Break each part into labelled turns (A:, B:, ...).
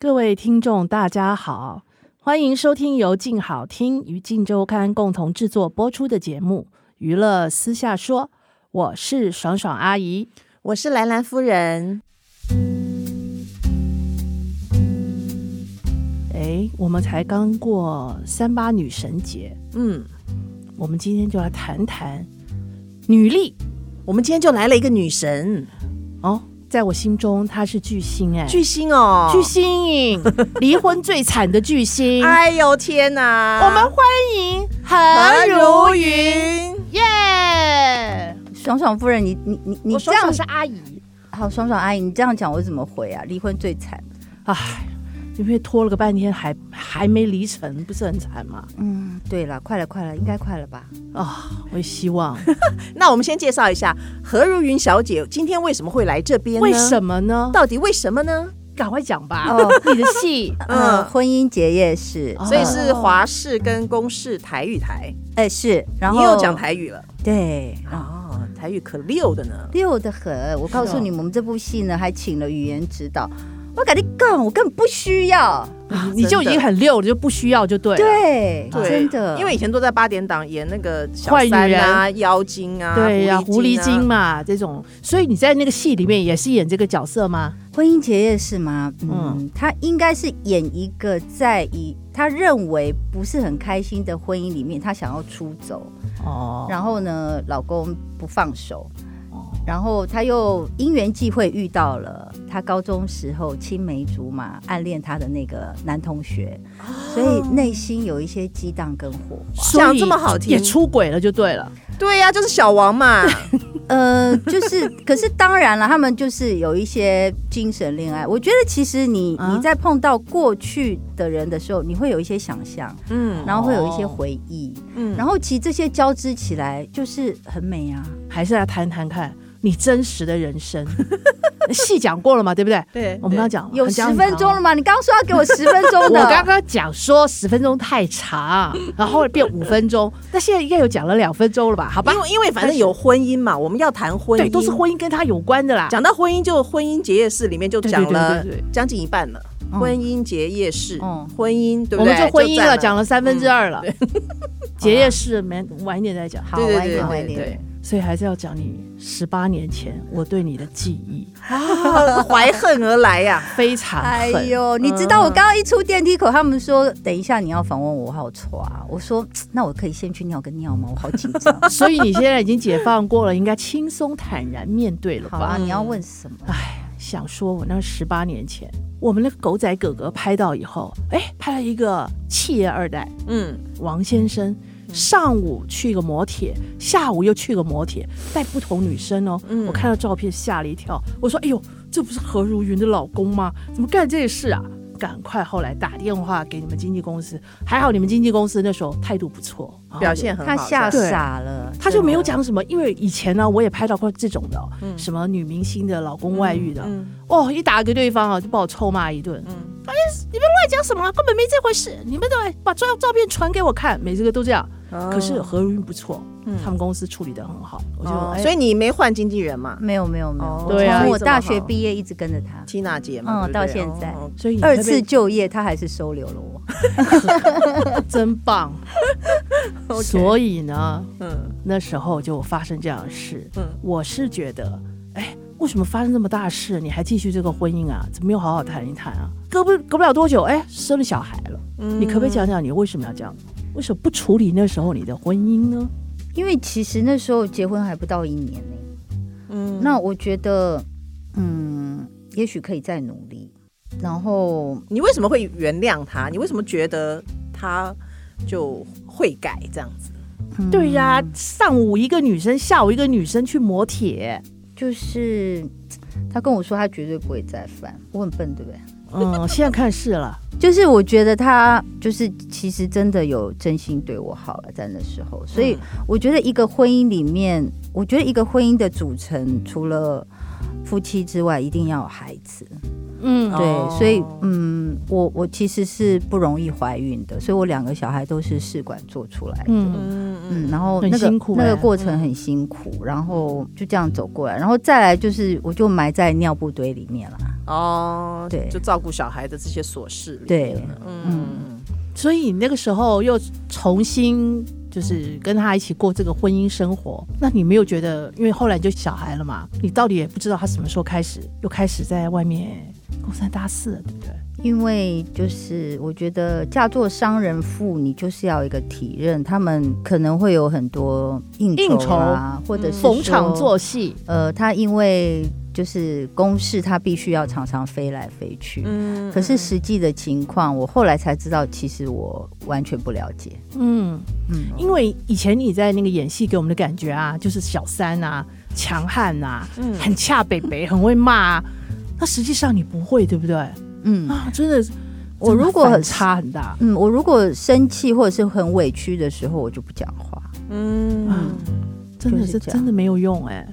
A: 各位听众，大家好，欢迎收听由静好听与静周刊共同制作播出的节目《娱乐私下说》，我是爽爽阿姨。
B: 我是兰兰夫人，
A: 哎，我们才刚过三八女神节，
B: 嗯，
A: 我们今天就来谈谈女力
B: 我们今天就来了一个女神
A: 哦。在我心中，她是巨星哎、
B: 巨星哦，
A: 巨。星，离婚最惨的巨星。
B: 哎呦天哪！
A: 我们欢迎
B: 何
A: 何
B: 如
A: 如云
B: 云，
A: 耶！
C: 爽爽夫人，你你你你
A: 我
C: 这
A: 爽爽
C: 样
A: 是阿姨，
C: 好，爽爽阿姨，你这样讲我怎么回啊？离婚最惨，
A: 哎，因为拖了个半天还还没离成，不是很惨吗？
C: 嗯，对了，快了快了，应该快了吧？
A: 啊、我也希 望。
B: 那我们先介绍一下何如云小姐今天为什么会来这边呢？
A: 为什么呢？
B: 到底为什么呢？
A: 赶快讲吧。
C: 哦，
A: 你的 戏，
B: 嗯
C: 嗯，婚姻结业是，
A: 啊哦
B: 所以是华视跟公视台语台，
C: 哎是，然后
B: 你又讲台语了
C: 对，
B: 哦，台语可溜的呢。
C: 溜得很。我告诉你，我们这部戏呢还请了语言指导，我跟你讲，我根本不需要，
A: 你就已经很溜了，就不需要就对了。啊
C: 对，
B: 对，
C: 真的，
B: 因为以前都在八点档演那个
A: 嗯
B: 小
A: 坏女
B: 三啊、妖精啊、
A: 对呀、狐狸精
B: 啊
A: 嘛，这种，所以你在那个戏里面也是演这个角色吗？
C: 婚姻结业是吗？嗯，他应该是演一个在以他认为不是很开心的婚姻里面，他想要出走。
A: 哦，
C: 然后呢，老公不放手
A: 哦，
C: 然后她又因缘际会遇到了她高中时候青梅竹马暗恋她的那个男同学，
A: 哦
C: 所以内心有一些激荡跟火花。
A: 所以
B: 讲这么好听
A: 也出轨了就对了。
B: 对呀、就是小王 嘛，
C: 呃，就是，可是当然了，他们就是有一些精神恋爱。我觉得其实你、
A: 啊
C: 你在碰到过去的人的时候，你会有一些想象，
B: 嗯
C: 然后会有一些
A: 哦
C: 回忆，
B: 嗯，
C: 然后其实这些交织起来就是很美啊。
A: 还是来谈谈看你真实的人生。戏讲过了嘛，对不对？
B: 对
A: 我们要讲
C: 有十分钟了。吗？你刚刚说要给我十分钟
A: 很
C: 的，
A: 啊 长哦我刚刚讲说十分钟太长，然后变五分钟，那现在应该有讲了两分钟了吧？好吧
B: 因，为因为反正有婚姻嘛，我们要谈婚姻，
A: 对，都是。婚姻跟他有关的啦。
B: 讲到婚姻，就婚姻结业式里面就
A: 对对
B: 讲
A: 对
B: 了
A: 对对
B: 将近一半了。
C: 嗯
B: 婚姻结业式，
C: 嗯
B: 婚姻对
A: 我
B: 不
A: 们
B: 对？
A: 就婚姻
B: 占
A: 了，
B: 了
A: 讲了三分之二了。 结业式没晚一点再讲，
C: 好，
B: 对对
C: 晚一
B: 对
C: 点，
B: 对
C: 晚一
B: 对
C: 点。
A: 所以还是要讲你十八年前我对你的记忆
B: 啊怀恨而来啊呀、
A: 非常
C: 哎
A: 狠。。
C: 呦，你知道我刚刚一出电梯口，他们说等一下你要访问我，我好挫啊！我说嘖那我可以先去尿个尿吗？我好紧张
A: 所以你现在已经解放过了，应该轻松坦然面对了
C: 好
A: 吧？
C: 啊，你要问什么？
A: 哎，想说我那十八年前，我们那个狗仔哥哥拍到以后，哎，拍了一个企业二代
B: 嗯，
A: 王先生，上午去一个摩铁，下午又去一个摩铁，带不同女生哦。
B: 嗯
A: 我看到照片吓了一跳，我说：“哎呦，这不是何如云的老公吗？怎么干这事啊？”赶快后来打电话给你们经纪公司，还好你们经纪公司那时候态度不错，然后
B: 表现很好。
C: 他吓
A: 对
C: 傻了，
A: 他就没有
C: 真
A: 讲什么，因为以前呢，我也拍到过这种的哦、
B: 嗯
A: 什么女明星的老公外遇的，
B: 嗯
A: 哦，一打给对方啊，就把我臭骂一顿。哎
B: 嗯，
A: 在讲什么、啊？根本没这回事！你们都来把照照片传给我看，每这个都这样。
B: 哦
A: 可是何如云不错，
B: 嗯
A: 他们公司处理的很好，我就、
B: 哦
A: 哎
B: 所以你没换经纪人嘛
C: 的没有没有没
B: 哦
C: 有，
A: 对啊
C: 从我大学毕业一直跟着他，
B: ？Tina 姐嘛，
C: 嗯
B: 对不对
C: 到现在
B: 哦
A: 所以你
C: 二
A: 特
C: 次
A: 别
C: 就业他还是收留了我。
A: 真棒。
B: OK
A: 所以呢，
B: 嗯
A: 那时候就发生这样的事。
B: 嗯
A: 我是觉得，哎，为什么发生这么大事，你还继续这个婚姻啊？怎么没有好好谈一谈啊？隔不隔不了多久，哎，生了小孩了。
B: 嗯
A: 你可不可以讲讲你为什么要这样？为什么不处理那时候你的婚姻呢？
C: 因为其实那时候结婚还不到一年呢、
B: 嗯
C: 那我觉得，嗯，也许可以再努力。然后
B: 你为什么会原谅他？你为什么觉得他就会改这样子？
C: 嗯
A: 对呀、上午一个女生，下午一个女生去磨铁，
C: 就是他跟我说他绝对不会再犯，我很笨对不对？
A: 嗯， 现在看是了，
C: 就是我觉得他就是其实真的有真心对我好了，在那时候，所
B: 嗯
C: 以我觉得一个婚姻里面，我觉得一个婚姻的组成除了夫妻之外，一定要有孩子。
A: 嗯
B: 哦
C: 对，所以嗯，我我其实是不容易怀孕的，所以我两个小孩都是试管做出来的。
A: 嗯
B: 嗯
C: 嗯，然后
A: 很
C: 那个、
A: 辛苦
C: 那
A: 欸
C: 个过程很辛苦，然后就这样走过来，然后再来就是我就埋在尿布堆里面了。
B: 哦，
C: 对
B: 就照顾小孩的这些琐事里
C: 对
B: 面了，嗯，
A: 所以你那个时候又重新就是跟他一起过这个婚姻生活，那你没有觉得，因为后来就小孩了嘛，你到底也不知道他什么时候开始又开始在外面勾三搭四了，对不对？
C: 因为就是我觉得嫁做商人妇，你就是要有一个体认，他们可能会有很多应
A: 应酬
C: 酬啊，或者是
A: 逢场
C: 说
A: 作戏，
C: 呃，他因为就是公事，他必须要常常飞来飞去。
B: 嗯
C: 可是实际的情况，我后来才知道，其实我完全不了解。
A: 嗯，
C: 嗯，
A: 因为以前你在那个演戏给我们的感觉啊，就是小三啊、强悍啊、
B: 嗯
A: 很恰北北、很会骂、啊，那实际上你不会，对不对？
C: 嗯
A: 啊，真的，
C: 我如果
A: 真的反差很大，
C: 嗯，我如果生气或者是很委屈的时候，我就不讲话。
B: 嗯，
A: 真的
C: 就是
A: 是
C: 这样
A: 真的没有用哎、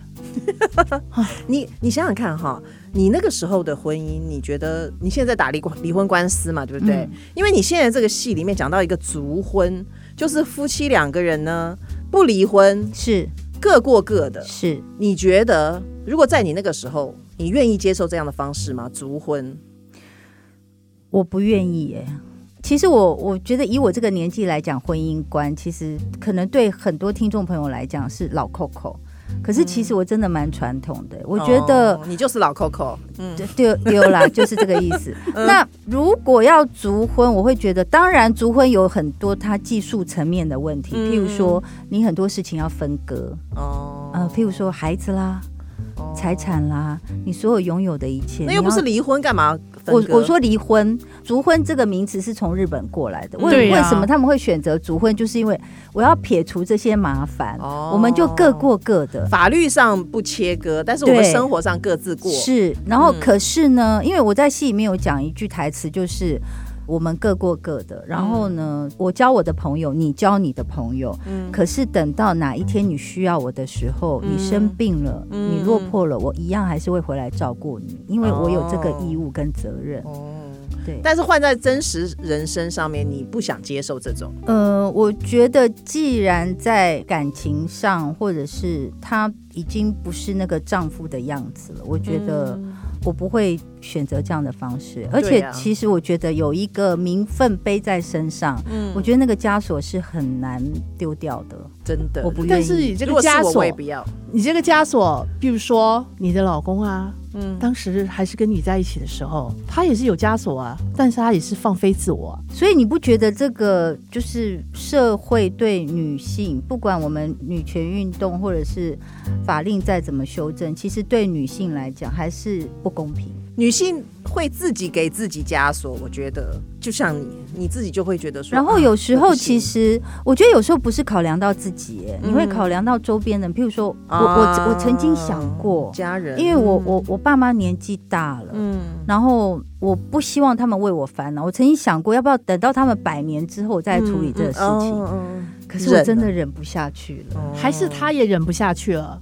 B: 你你想想看哈，你那个时候的婚姻，你觉得你现在在打离婚离婚官司嘛，对不
C: 嗯
B: 对？因为你现在这个戏里面讲到一个族婚，就是夫妻两个人呢不离婚，
C: 是
B: 各过各的。
C: 是，
B: 你觉得如果在你那个时候，你愿意接受这样的方式吗？族婚，
C: 我不愿意耶。其实我我觉得以我这个年纪来讲，婚姻观其实可能对很多听众朋友来讲是老 Coco，可是其实我真的蛮传统的。我觉得、
B: 哦你就是老 Coco，嗯，
C: 对丢啦，就是这个意 思。那如果要足婚，我会觉得，当然足婚有很多它技术层面的问题，
B: 嗯
C: 譬如说你很多事情要分割，
B: 哦
C: 呃，譬如说孩子啦、财产啦，你所有拥有的一切，
B: 那又不
C: 你要
B: 是离婚，干嘛分
C: 我
B: 割？
C: 我说离婚，族婚这个名词是从日本过来的。
A: 对
C: 为、
A: 呀
C: 为什么他们会选择族婚？就是因为我要撇除这些麻烦，
B: 哦
C: 我们就各过各的。
B: 法律上不切割，但是我们
C: 对
B: 生活上各自过。
C: 是，然后
B: 嗯
C: 可是呢，因为我在戏里面有讲一句台词，就是我们各过各的。然后呢，我交我的朋友，你交你的朋友。
B: 嗯
C: 可是等到哪一天你需要我的时候，
B: 嗯
C: 你生病了，
B: 嗯
C: 你落魄了，我一样还是会回来照顾你，因为我有这个义务跟责任。
B: 哦，
C: 对。
B: 但是换在真实人生上面，你不想接受这种，
C: 呃，我觉得既然在感情上，或者是他已经不是那个丈夫的样子了，我觉得我不会选择这样的方式。
B: 嗯
C: 而
B: 对
C: 且
B: 啊，
C: 其实我觉得有一个名分背在身上，
B: 嗯
C: 我觉得那个枷锁是很难丢掉的。
B: 真的
C: 我不愿
A: 但
C: 意。
A: 是你这
B: 如
A: 个
B: 果是
A: 枷
B: 我
A: 锁
B: 我，也不要。
A: 你这个枷锁，比如说你的老公啊，
B: 嗯，
A: 当时还是跟你在一起的时候，他也是有枷锁啊，但是他也是放飞自我啊、
C: 所以你不觉得这个就是社会对女性，不管我们女权运动或者是法令再怎么修正，其实对女性来讲还是不公平。
B: 女性会自己给自己枷锁，我觉得就像你，你自己就会觉得说，
C: 然后
B: 啊
C: 有时
B: 我
C: 候
B: 不行
C: 其实，我觉得有时候不是考量到自己耶，
B: 嗯
C: 你会考量到周边的，譬如说我
B: 啊
C: 我我曾经想过，
B: 家人，
C: 因为我我我爸妈年纪大了。
B: 嗯
C: 然后我不希望他们为我烦恼。我曾经想过，要不要等到他们百年之后我再
B: 嗯
C: 处理这个事情？可是我真的忍不下去了。
A: 还是他也忍不下去了。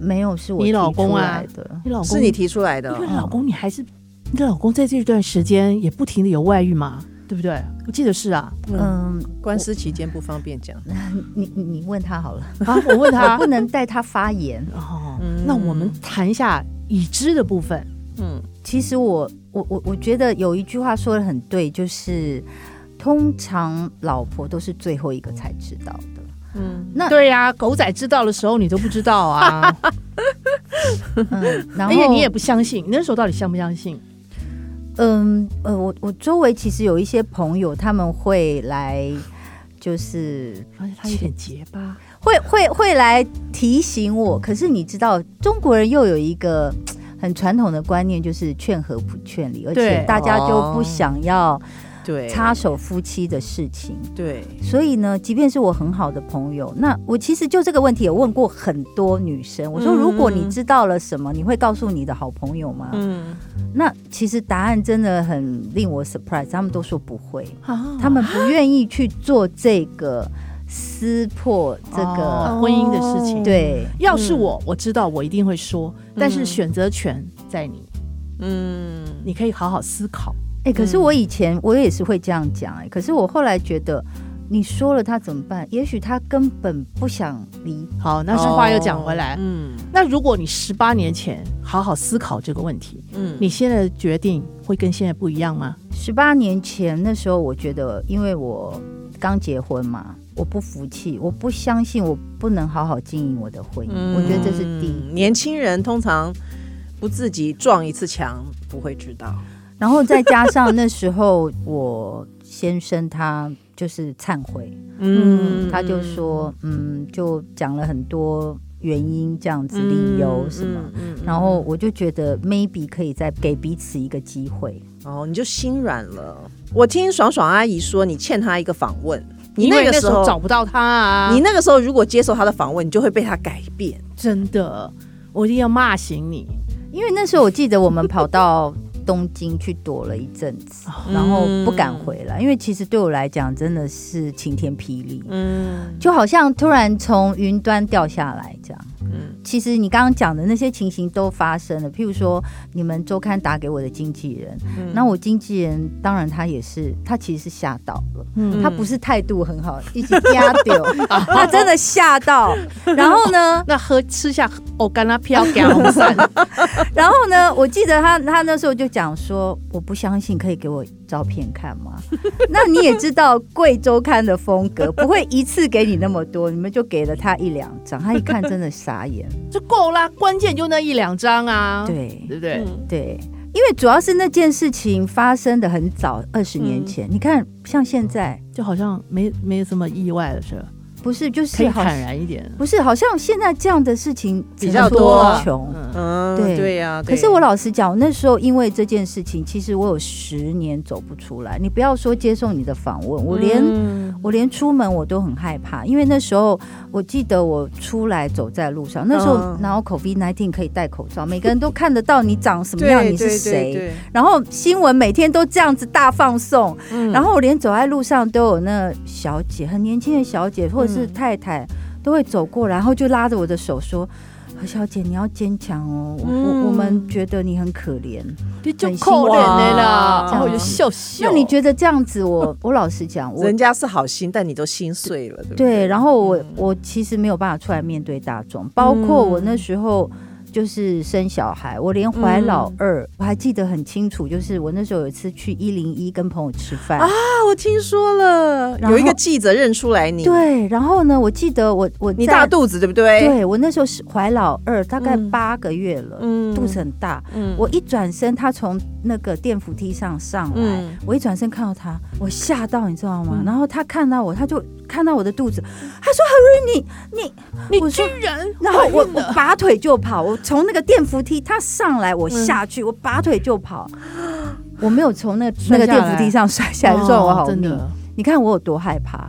C: 没有，是我
A: 你
C: 提
A: 老公
C: 出
A: 啊
C: 来的。
A: 你老公
B: 是你提出来的
A: 因为
B: 哦，
A: 老公你还是你的老公在这段时间也不停的有外遇嘛，对不对？我记得是啊，
B: 嗯，
C: 嗯，
B: 官司期间不方便讲，
C: 你你你问他好了，
A: 啊，我问
C: 我
A: 他
C: 不，能带他发言。
A: 哦
B: 嗯，
A: 那我们谈一下已知的部分，
B: 嗯
C: 其实我我我我觉得有一句话说的很对，就是通常老婆都是最后一个才知道 的。
B: 嗯，
C: 那
A: 对呀、狗仔知道的时候你都不知道 啊，
C: 嗯，然
A: 而
C: 后
A: 且你也不相信，你那时候到底相不相信？
C: 嗯呃，我我周围其实有一些朋友，他们会来，就是
A: 而且他有点结巴，
C: 会会会来提醒我。可是你知道，中国人又有一个。嘖很传统的观念就是劝和不劝离，而且
A: 对
C: 大家就不想要
B: 对
C: 插手夫妻的事情。
B: 对
C: 所以呢，即便是我很好的朋友，那我其实就这个问题也问过很多女生。我说，
B: 嗯
C: 如果你知道了什么，你会告诉你的好朋友吗？
B: 嗯
C: 那其实答案真的很令我 surprise，他们都说不会，
A: 哦
B: 啊
C: 他们不愿意去做这个撕破这个。
A: 哦嗯婚姻的事情，。
C: 对，
A: 要是我，我知道我一定会说，但是选择权在你，
B: 嗯
A: 你可以好好思考。
C: 哎、可是我以前我也是会这样讲，哎，可是我后来觉得，你说了他怎么办？也许他根本不想离
A: 好，那是话又讲回来，
B: 嗯
A: 那如果你十八年前好好思考这个问题，
B: 嗯
A: 你现在的决定会跟现在不一样吗？
C: 十八年前那时候，我觉得因为我刚结婚嘛，我不服气，我不相信我不能好好经营我的婚姻，我觉得这是第一。
B: 嗯年轻人通常不自己撞一次墙不会知道，
C: 然后再加上那时候我先生他就是忏悔，
A: 嗯
C: 他就说，嗯，就讲了很多原因这样子理由什么。
B: 嗯，嗯
C: 然后我就觉得 maybe 可以再给彼此一个机会，
B: 哦，你就心软了。我听爽爽阿姨说，你欠她一个访问，你
A: 因为
B: 那个
A: 那
B: 时候，
A: 找不到他啊，
B: 你那个时候如果接受她的访问，你就会被她改变。
A: 真的，我一定要骂醒你。
C: 因为那时候我记得我们跑到东京去躲了一阵子，然后不敢回来，因为其实对我来讲真的是晴天霹雳，
B: 嗯
C: 就好像突然从云端掉下来这样。
B: 嗯
C: 其实你刚刚讲的那些情形都发生了，譬如说你们周刊打给我的经纪人，
B: 嗯
C: 那我经纪人当然他也是，他其实是吓到了，
A: 嗯
C: 他不是态度很好，一起压 丢，他真的吓到。然后呢，
A: 那喝吃下哦，干拉飘给红伞，
C: 然后呢，我记得他他那时候就讲说，我不相信，可以给我照片看吗？ 那你也知道贵州看的风格，不会一次给你那么多，你们就给了他一两张，他一看真的傻眼，
A: 就够啦。关键就那一两张啊，
C: 对
A: 对不对？
B: 嗯
C: 对。因为主要是那件事情发生的很早，二十年前。你看，像现在
A: 就好像没没什么意外了，是吧？
C: 不是就是
A: 可以
C: 好
A: 坦然一点。
C: 不是，好像现在这样的事情
B: 比较
C: 层出
B: 多
C: 不
B: 啊
C: 穷。
A: 嗯，
B: 嗯，
C: 对
B: 对呀。
C: 可
B: 对
C: 是我老实讲，那时候因为这件事情，其实我有十年走不出来。你不要说接受你的访问，我连、
B: 嗯
C: 我连出门我都很害怕，因为那时候我记得我出来走在路上，那时候
B: 嗯
C: 然后 COVID 1 9可以戴口罩，每个人都看得到你长什么
B: 对
C: 样，你
B: 对
C: 是
B: 对
C: 谁。
B: 对
C: 然后新闻每天都这样子大放送，
B: 嗯
C: 然后我连走在路上都有那小姐，很年轻的小姐或者是太太，
B: 嗯
C: 都会走过来，然后就拉着我的手说：“何小姐，你要坚强哦，我、
B: 嗯
C: 我我们觉得你很可怜。
A: 你就
C: 很
A: 可怜的啦，
B: 哇
A: 然后我就笑笑。
C: 那你觉得这样子我， 我老实讲，我
B: 人家是好心，但你都心碎了，对不
C: 对，然后我
B: 嗯
C: 我其实没有办法出来面对大众，包括我那时候。就是生小孩，我连怀老二，
B: 嗯
C: 我还记得很清楚。就是我那时候有一次去一零一跟朋友吃饭，
B: 啊，我听说了，
C: 然后
B: 有一个记者认出来你，
C: 对，然后呢，我记得我我
B: 你
C: 在
B: 大肚子对不
A: 哎
B: 对？，
C: 对我那时候是怀老二，大概
B: 嗯
C: 八个月了，
B: 嗯
C: 肚子，很大。
B: 嗯
C: 我一转身，他从那个电扶梯上上来，
B: 嗯
C: 我一转身看到他，我吓到，你知道吗？
A: 嗯
C: 然后他看到我，他就看到我的肚子，他说：“何瑞，你你
A: 你
C: 我
A: 居
C: 说
A: 然怀孕了，
C: 然后我我拔腿就跑，我从那个电扶梯，他上来，
A: 嗯
C: 我下去，我拔腿就跑。我没有从那那
A: 摔
C: 个
A: 下来哦
C: 电扶梯上摔下来，算我好
A: 真
C: 命。
A: 的，
C: 你看我有多害怕。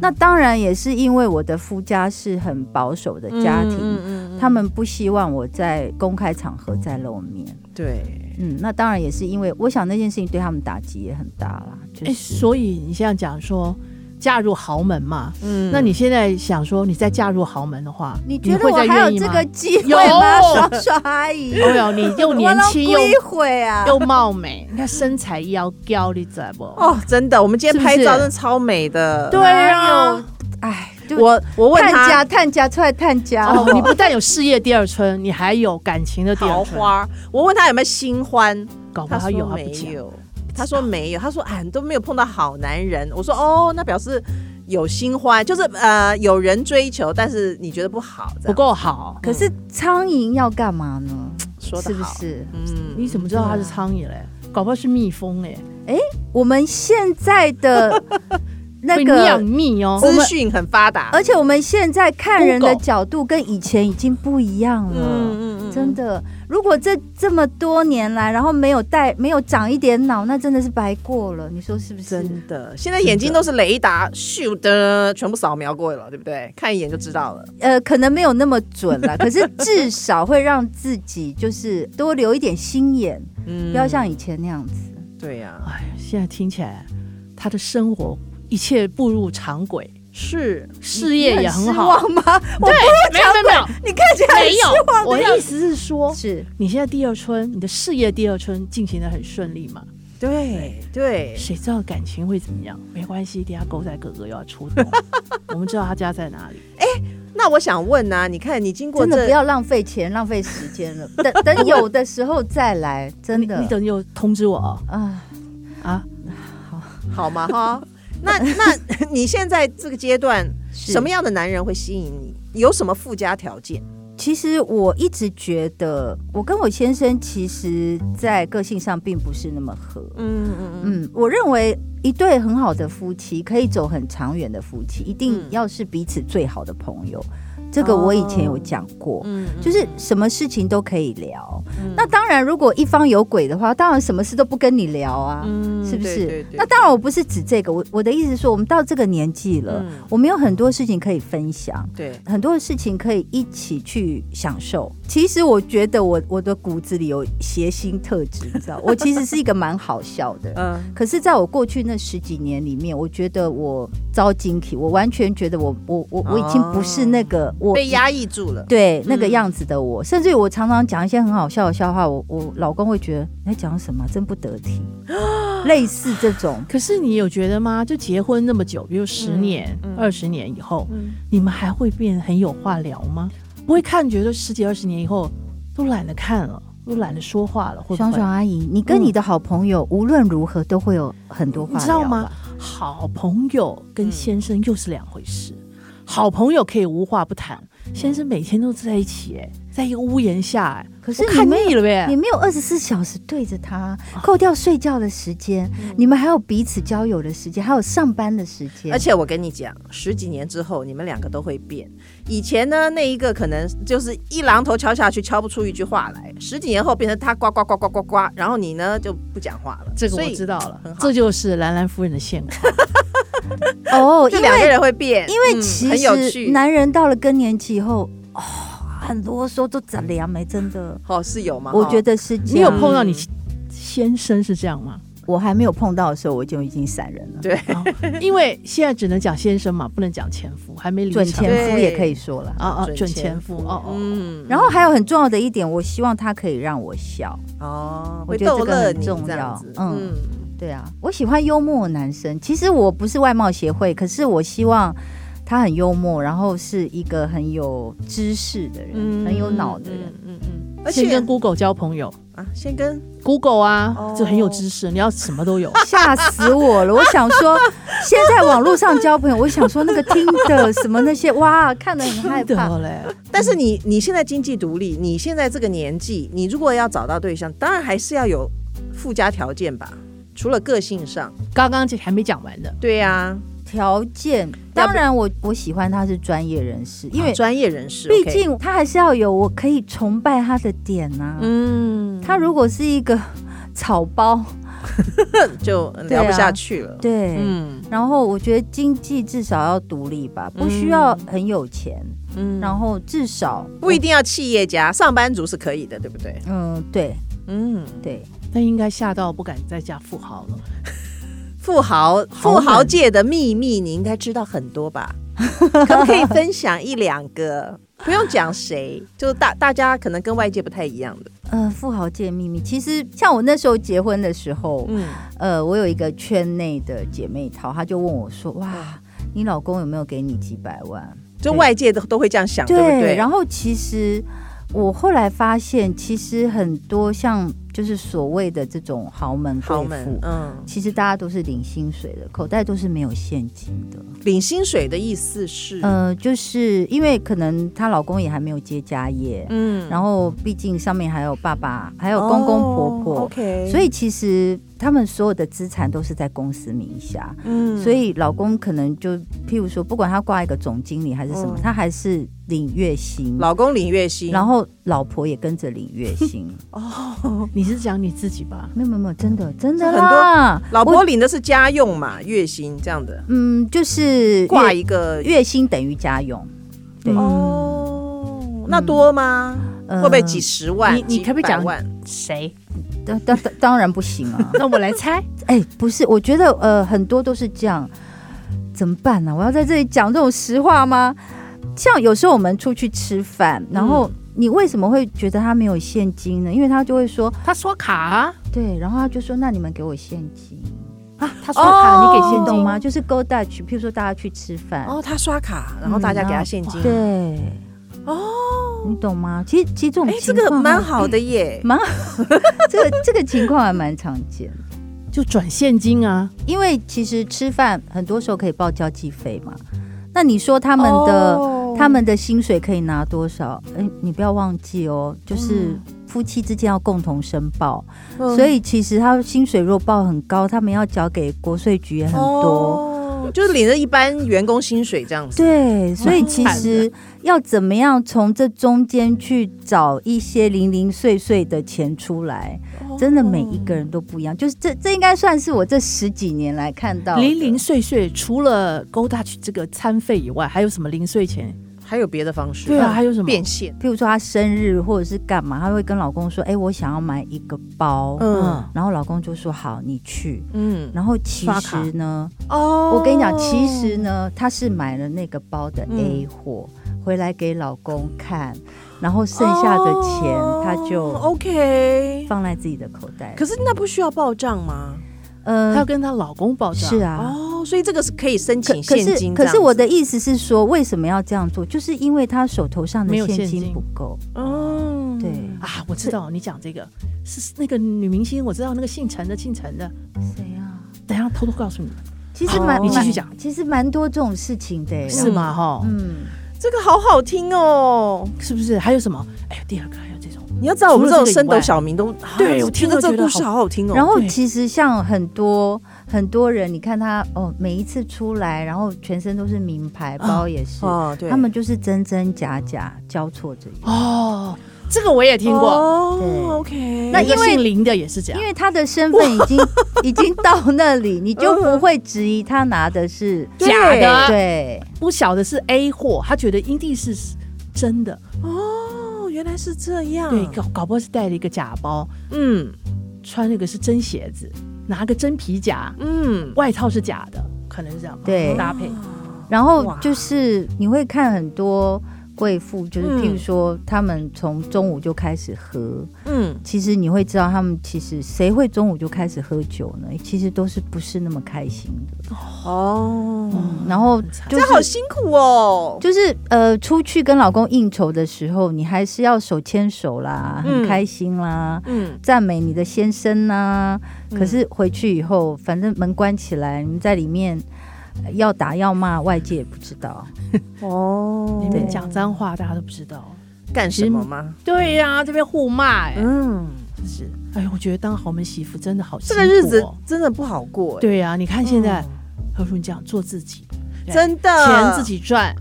C: 那当然也是因为我的夫家是很保守的家庭，
B: 嗯嗯
C: 他们不希望我在公开场合再露面。
B: 对，
C: 嗯，那当然也是因为我想那件事情对他们打击也很大啦。就
A: 哎，
C: 是、
A: 所以你现在讲说嫁入豪门嘛，
B: 嗯
A: 那你现在想说你再嫁入豪门的话，
C: 你觉得
A: 会
C: 我
A: 再
C: 还有
A: 愿意
C: 这
A: 吗
C: 个机会
A: 有
C: 吗？爽爽阿姨，
A: 没有，哦你又年轻又
C: 我都归回啊！
A: 又貌美，你看身材要高，你知道不？
B: 哦，真的，我们今天
A: 是不
B: 拍
A: 是
B: 照真的超美的。
A: 对啊，
C: 哎，就
B: 我我问
C: 探
B: 他
C: 家探家出来探家
A: 哦，你
C: 哦，
A: 不但有事业第二春，你还有感情的第
B: 桃
A: 二春，
B: 花，我问他有没有新欢，
A: 搞不
B: 他
A: 好有
B: 说
A: 哦还不
B: 没
A: 讲。
B: 有，他说没有，他说哎你都没有碰到好男人。我说哦，那表示有新欢，就是呃有人追求，但是你觉得不好，这
A: 不
B: 样
A: 够好，
C: 可是苍蝇要干嘛呢？
B: 说
C: 是
B: 的
C: 不
B: 好，
C: 是？
B: 嗯
A: 你怎么知道它是苍蝇嘞？搞不好是蜜蜂嘞，
C: 我们现在 的那
A: 会
C: 个
A: 酿蜜哦。
B: 资讯很发达？
C: 而且我们现在看人的
A: Google
C: 嗯角度跟以前已经不一样了，
B: 嗯
C: 真的。如果这这么多年来，然后没有带没有长一点脑，那真的是白过了，你说是不是？
B: 真的，现在眼睛都是雷达，咻的，全部扫描过了，对不对？看一眼就知道了。
C: 呃，可能没有那么准了，可是至少会让自己就是多留一点心眼，
B: 嗯，
C: 不要像以前那样子。
B: 对呀、
A: 哎现在听起来，他的生活一切步入常轨，
B: 是
A: 事业也很
C: 你
A: 好。
C: 很失望吗？我
D: 没有没有没有，
C: 你看起来很
D: 没有
C: 失望
A: 我
C: 的
A: 的
C: 样
A: 意思是说
C: 子。，是
A: 你现在第二春，你的事业第二春进行的很顺利嘛？
B: 对对，
A: 谁知道感情会怎么样？没关系，等一下狗仔哥哥又要出 动，我们知道他家在哪里。
B: 那我想问呢、你看你经过
C: 真的
B: 这
C: 不要浪费钱、浪费时间了。等等，有的时候再来，真的
A: 你等有通知我哦
C: 啊，
B: 嗯
A: 啊！
B: 好吗？哈， 那 那你现在这个阶段，
C: 什
B: 什么样的男人会吸引你？有什么附加条件？
C: 其实我一直觉得，我跟我先生其实在个性上并不是那么合。
B: 嗯嗯
C: 嗯，我认为一对很好的夫妻，可以走很长远的夫妻，一定
B: 嗯
C: 要是彼此最好的朋友。这个我以前有讲过，
B: 嗯
C: 就是什么事情都可以聊。
B: 嗯
C: 那当然，如果一方有鬼的话，当然什么事都不跟你聊啊，
B: 嗯
C: 是不是？
B: 对对对
C: 那当然，我不是指这个，我我的意思是说，我们到这个年纪了，
B: 嗯
C: 我们有很多事情可以分享。
B: 对，
C: 很多的事情可以一起去享受。其实我觉得我我的骨子里有谐星特质，你知道，我其实是一个蛮好笑的。
B: 嗯
C: 可是，在我过去那十几年里面，我觉得我遭惊体，我完全觉得我我我我已经不是那个、我
B: 被压抑住了。
C: 对那个
B: 嗯
C: 样子的我，甚至于我常常讲一些很好笑的笑话，我我老公会觉得你在讲什么，真不得 体，类似这 种。
A: 可是你有觉得吗？就结婚那么久，比如十年
B: 嗯、
A: 二十、年以后，
B: 嗯
A: 你们还会变得很有话聊吗？不会看，觉得十几二十年以后都懒得看了，都懒得说话了，会不
C: 爽
A: 会？
C: 爽阿姨，你跟你的好朋友、无论如何都会有很多话
A: 你知道
C: 聊
A: 吗
C: 吧？
A: 好朋友跟先生又是两回事。好朋友可以无话不谈，
C: 嗯
A: 先生每天都在一起、哎，在一个屋檐下、哎，
C: 可是
A: 我
C: 你
A: 看
C: 没有
A: 腻了呗
C: 你。没有二十四小时对着他，
B: 哦
C: 扣掉睡觉的时间，
B: 嗯
C: 你们还有彼此交友的时间，还有上班的时间，
B: 而且我跟你讲，十几年之后，你们两个都会变。以前呢，那一个可能就是一榔头敲下去，敲不出一句话来；十几年后，变成他呱呱呱呱呱呱，然后你呢就不讲话了。
A: 这个
B: 所
A: 我
B: 以
A: 知道了
B: 很，好
A: 这就是兰兰夫人的现
C: 嗯
A: 况。
C: 哦，
B: 就
C: 因
B: 两个
C: 为
B: 人会变，
C: 因为
B: 嗯
C: 其
B: 很有
C: 实
B: 趣。
C: 男人到了更年期以后，哦，很多时候都长凉没，欸真的，
B: 哦，是有吗？
C: 我觉
B: 得
C: 得是这
A: 你有
C: 样。
A: 碰到你
B: 嗯
A: 先生是这样 吗？
C: 我还没有碰到的时候，我就已经闪人了。
B: 对
A: 啊因为现在只能讲先生嘛，不能讲前夫，还没离
C: 准
A: 场
C: 前夫
B: 对嗯
C: 也可以说了。
A: 啊啊，准
B: 准
A: 前
B: 前
A: 夫哦哦，
B: 嗯，
C: 然后还有很重要的一点，我希望他可以让我笑。
B: 哦，
C: 我
B: 会
C: 觉得
B: 逗
C: 这个
B: 乐
C: 很
B: 你
C: 重
B: 这样
C: 要
B: 子，
C: 嗯，对啊，我喜欢幽默的男生。其实我不是外貌协会，可是我希望他很幽默，然后是一个很有知识的人，很有脑的人。，
B: 嗯嗯嗯，而
A: 哦先
B: 且
A: 跟 Google 交朋友
B: 啊，先跟
A: ，Google 啊
B: 哦，
A: 就很有知识，你要什么都有。
B: 嗯
C: 吓死我了！我想说，现在网络上交朋友，我想说那个听的什么那些，哇，看得很 害
A: 真
C: 怕。
A: 的嘞，
B: 但是你你现在经济独立，你现在这个年纪，你如果要找到对象，当然还是要有附加条件吧。除了个性上，
A: 刚刚这还没讲完呢。
B: 对呀、
C: 条件，
B: 要不
C: 当然我我喜欢他是专业人士，因为
B: 专业人士，
C: 毕
B: OK
C: 竟他还是要有我可以崇拜他的点呐、
B: 嗯，
C: 他如果是一个草包，
B: 就聊不下去了。
C: 对，
B: 嗯
C: 然后我觉得经济至少要独立吧，不需要很有钱，
B: 嗯
C: 然后至少
B: 不一定要企业家，上班族是可以的，对不对？
C: 嗯，对
B: 嗯，
C: 对，
A: 那应该吓到不敢再嫁富豪了。
B: 富豪
A: 豪
B: 富
A: 门
B: 豪界的秘密，你应该知道很多 吧？可不可以分享一两个？不用讲谁，就是大大家可能跟外界不太一样的。
C: 呃，富豪界秘密，其实像我那时候结婚的时候，
B: 嗯，
C: 呃，我有一个圈内的姐妹淘，她就问我说，哇。你老公有没有给你几百万？
B: 就外界都都会这样啊想，对不对？
C: 然
B: 后
C: 后其实我后来发现，其实很多像就是所谓的这种豪门贵
B: 豪门
C: 妇，，
B: 嗯，
C: 其实大家都是领薪水的，口袋都是没有现金的。
B: 领薪水的意思是，
C: 呃，就是因为可能她老公也还没有接家业，
B: 嗯
C: 然后毕竟上面还有爸爸，还有公公婆婆，
B: 哦，OK，
C: 所以其实他们所有的资产都是在公司名下，
B: 嗯
C: 所以老公可能就譬如说，不管他挂一个总经理还是什么，
B: 嗯
C: 他还是领月薪，
B: 老公领月薪，
C: 然
B: 后
C: 后老婆也跟着领 月薪。
A: 你是讲你自己吧？
C: 没有没有没有，真的真的
B: 很多
C: 啦，
B: 老
C: 我
B: 婆领的是家用嘛，月薪这样的，
C: 嗯就是
B: 挂
C: 月
B: 一个
C: 月薪等于家用，
A: 嗯
C: 对
B: 哦，那多吗？会不会几
C: 十？
B: 十万？
A: 你你可不可以
B: 几百
A: 讲
B: 万？
A: 谁？
C: 当当当当然不行啊。
A: 那我来猜，
C: 哎、不是，我觉得呃，很多都是这样，怎么办呢、我要在这里讲这种实话吗？像有时候我们出去吃饭，
B: 嗯
C: 然后你为什么会觉得他没有现金呢？因为他就会说，
A: 他刷卡啊，
C: 对，然后他就说，那你们给我现金，
A: 啊他
B: 哦
A: 刷卡，你给
C: 你
A: 现
C: 懂啊
A: 金
C: 吗？？就是 Go Dutch，譬如说大家去吃饭，
B: 哦，他刷卡，然后大家给他现金。
C: 对，
B: 哦，
C: 你懂吗？其实其实这种
B: 哎，这
C: 情况
B: 个
C: 还
B: 蛮，好的耶。
C: 蛮好 这个这个情况还蛮常见的，
A: 就转现金啊，
C: 因为其实吃饭很多时候可以报交际费嘛。那你说他们的、
B: 哦
C: 他们的薪水可以拿多少？哎，你不要忘记哦，就是夫妻之间要共同申报，
B: 嗯
C: 所以其实他薪水若报很高，他们要缴给国税局也很多。
B: 哦，就是领着一般员工薪水这样子。
C: 对，所以其
A: 惨
C: 实要怎么样从这中间去找一些零零碎碎的钱出来，真的每一个人都不一样。就是这这应该算是我这十几年来看到的
A: 零零碎碎，除了 Go Dutch 这个餐费以外，还有什么零碎钱？
B: 还有别的方式？嗯
A: 对啊，还有什么？
B: 变现。
C: 譬如说她生日或者是干嘛，她会跟老公说：“哎、我想要买一个包。
B: 嗯
C: 然后老公就说：“好，你去。”
B: 嗯，
C: 然后其
A: 刷卡
C: 实呢，
B: 哦
C: 我跟你讲，其实呢，她是买了那个包的
B: 嗯
C: A 货、回来给老公看，然后剩下的钱她就
B: 哦 OK。
C: 放在自己的口袋。
B: 可是那不需要报账吗？
A: 她
C: 呃
A: 要，跟她老公报账。
C: 是，啊。
B: 哦，所以这个是可以申
C: 可
B: 哦请
C: 可
B: 现
C: 是
B: 金。
C: 可是我的，意思是说，为什么要这样做？就是因为她手头上的
A: 没有
C: 现
A: 现
C: 金
A: 金
C: 不够。
B: 嗯，
C: 对，
A: 啊，我知道你讲这个是那个女明星，我知道那个姓陈的，姓陈的。
C: 谁啊？
A: 等一下偷偷告诉你，
C: 其实
B: 哦
C: 蛮，
B: 你继
C: 蛮
A: 续讲
C: 其实蛮多这种事情的耶，
A: 是吗？哈、
C: 啊嗯，
B: 这个好好听哦。
A: 是不是？还有什么？哎呦，第二个还有这种，
B: 你要知道，我们这种升斗小民都
A: 对
B: 啊
A: 我听
B: 得
A: 了
B: 这
A: 觉
B: 个
A: 得
B: 故事好好听哦。
C: 然后
A: 对
C: 其实像很多很多人，你看他哦，每一次出来，然后全身都是名牌包，也是，
B: 哦，对，
C: 他们就是真真假假交错着用。
A: 哦，这个我也听过。
B: 哦
C: 对
B: ，OK。
A: 那
C: 那因为
A: 姓林的也是这样，
C: 因为他的身份已 经已经到那里，你就不会质疑他拿的是
B: 对
A: 假的
C: 对，
A: 不晓得是 A 货，他觉得英帝是真的，
B: 哦，原来是这样。
A: 对，搞搞不好是带了一个假包，
B: 嗯
A: 穿那个是真鞋子，拿个真皮夹，
B: 嗯，
A: 外套是假的，可能是这样吧
C: 对
A: 搭
B: 哦
A: 配。
C: 然后
B: 哇
C: 就是你会看很多贵妇，就是
B: 嗯
C: 譬如说他们从中午就开始喝，
B: 嗯，
C: 其实你会知道，他们其实谁会中午就开始喝酒呢？其实都是不是那么开心的。
B: 哦，
C: 然后
A: 嗯惨
C: 嗯就
B: 这好
C: 是
B: 辛苦哦。
C: 就是呃，出去跟老公应酬的时候，你还是要手牵手啦，
B: 嗯
C: 很开心啦，
B: 嗯，
C: 赞美你的先生啦。
B: 嗯
C: 可是回去以后，反正门关起来，你们在里面呃要打要骂，外界也不知道。
B: 哦
A: 你们讲脏话，大家都不知道。
B: 干什么吗？
A: 对呀、这边互骂、哎、
B: 嗯，
A: 是。哎呦，我觉得当豪门媳妇真的好辛
B: 这
A: 苦、
B: 个
A: 哦，
B: 日子真的不好过。，
A: 对呀、你看现在
B: 嗯，
A: 何如你讲做自己，对
B: 真的
A: 钱自己赚，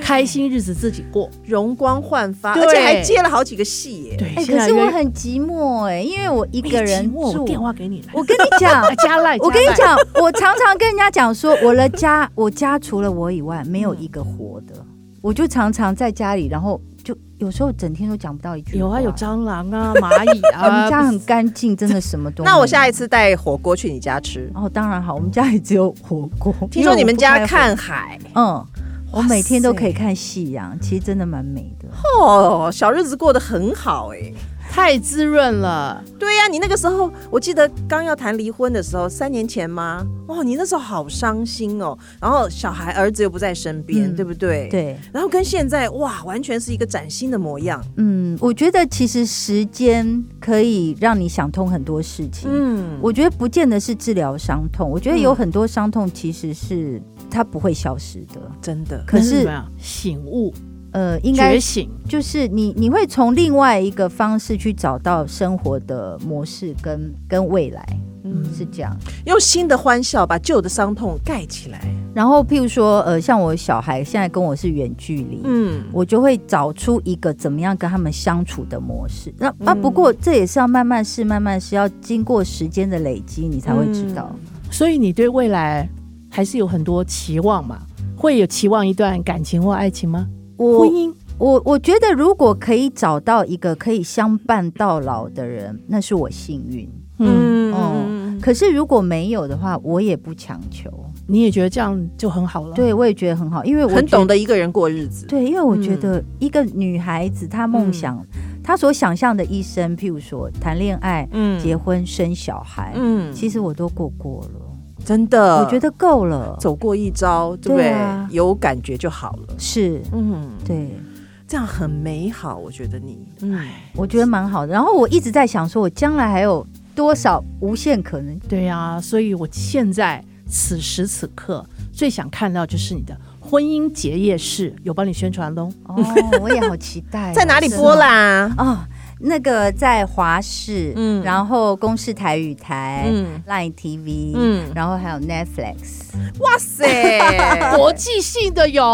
A: 开心日子自己过。
B: 容光焕发，
A: 对
B: 而且还接了好几个戏耶。
A: 对，
C: 哎、
A: 现
C: 可
A: 在
C: 是
A: 越
C: 我很寂寞哎、因为我一
A: 哎
C: 个人
A: 寂寞
C: 住
A: 我。电话给你来，
C: 我跟你 讲，
A: 哎加赖，
C: 我跟你
A: 加赖，
C: 讲，我常常跟人家讲说，我的家，我家除了我以外，没有一个
B: 嗯
C: 活的。我就常常在家里，然后就有时候整天都讲不到一句
A: 有
C: 话
A: 啊，有蟑螂啊，蚂蚁
C: 我们
A: 啊，
C: 家很干净，真的什么都没有。
B: 呃 那我下一次带火锅去你家吃。
C: 哦，当然好，我们家也只有火锅。
B: 听说你们
C: 因为
B: 家
C: 我不开火，
B: 看海
C: 嗯，我每天都可以
B: 哇
C: 看夕阳，其实真的蛮美的。
B: 哦，小日子过得很好哎。
A: 太滋润了。
B: 对呀、你那个时候，我记得刚要谈离婚的时候，三年前吗？哦，你那时候好伤心哦。然后小孩儿子又不在身边，
C: 嗯
B: 对不对？。
C: 对，
B: 然后跟现在哇，完全是一个崭新的模样。
C: 嗯，我觉得其实时间可以让你想通很多事情。
B: 嗯
C: 我觉得不见得是治疗伤痛，我觉得有
B: 嗯
C: 很多伤痛其实是它不会消失的。
B: 真的
C: 可
A: 那是
C: 是
A: 怎么样醒悟，
C: 呃，应该
A: 觉醒，
C: 就是你你会从另外一个方式去找到生活的模式跟跟未来，
B: 嗯
C: 是这样。
B: 用新的欢笑把旧的伤痛盖起来。
C: 然后譬如说，呃，像我小孩现在跟我是远距离，
B: 嗯，
C: 我就会找出一个怎么样跟他们相处的模式。那啊，
B: 嗯
C: 不过这也是要慢慢试，慢慢试，要经过时间的累积，你才会知道。
B: 嗯
A: 所以你对未来还是有很多期望嘛？会有期望一段感情或爱情吗？婚
C: 我
A: 姻
C: 我我觉得，如果可以找到一个可以相伴到老的人，那是我幸运。
A: 嗯，
C: 哦可是如果没有的话，我也不强求。
A: 你也觉得这样就很好了？，
C: 对，我也觉得很好，因为我
B: 很懂嗯
C: 得。
B: 得一个人过日子。
C: 对，因为我觉得一个女孩子她梦想，她所想象的一生，譬如说谈恋爱、
B: 嗯
C: 结婚、生小孩，
B: 嗯
C: 其实我都过过了。
B: 真的，
C: 我觉得够了，
B: 走过一遭，对不对？
C: 对啊
B: 有感觉就好了。
C: 是
B: 嗯，
C: 对，
B: 这样很美好，我觉得你，嗯，
C: 我觉得蛮好的。然后我一直在想，说我将来还有多少无限可能？
A: 对呀、所以我现在此时此刻最想看到就是你的婚姻结业式，有帮你宣传喽。
C: 哦，我也好期待哦、
B: 在哪里
C: 是
B: 播
C: 吗？
B: 啦？
C: 哦，那个在华视，
B: 嗯
C: 嗯，然后公视台语台，
B: 嗯
C: 嗯，Line TV，
B: 嗯
C: 嗯，然后还有 Netflix。
B: 哇 塞，
A: 国际性的有，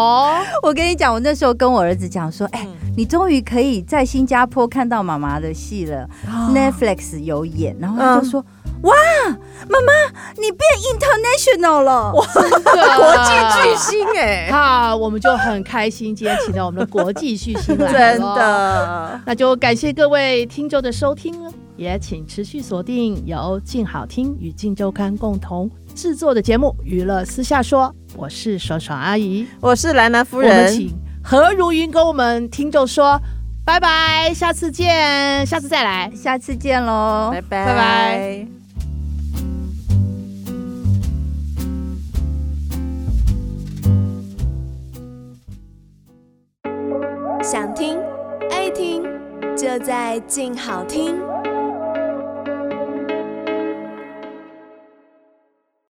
C: 我跟你讲，我那时候跟我儿子讲说，哎、你终于可以在新加坡看到妈妈的戏了、n e t f l i x 有演，然后他就说，哇，妈妈你变 international 了，哇，
B: 国际巨星哎、
A: 好，我们就很开心，今天请到我们的国际巨星来，
B: 真。的，
A: 那就感谢各位听众的收听了，也请持续锁定由静好听与静周刊共同制作的节目《娱乐私下说》，我是爽爽阿姨，
B: 我是兰兰夫
A: 我们
B: 人，
A: 请何如云跟我们听众说拜拜，下次见，下次再来。
C: 下次见喽，
B: 拜拜
A: 拜拜。
D: 想听爱听，就在静好听。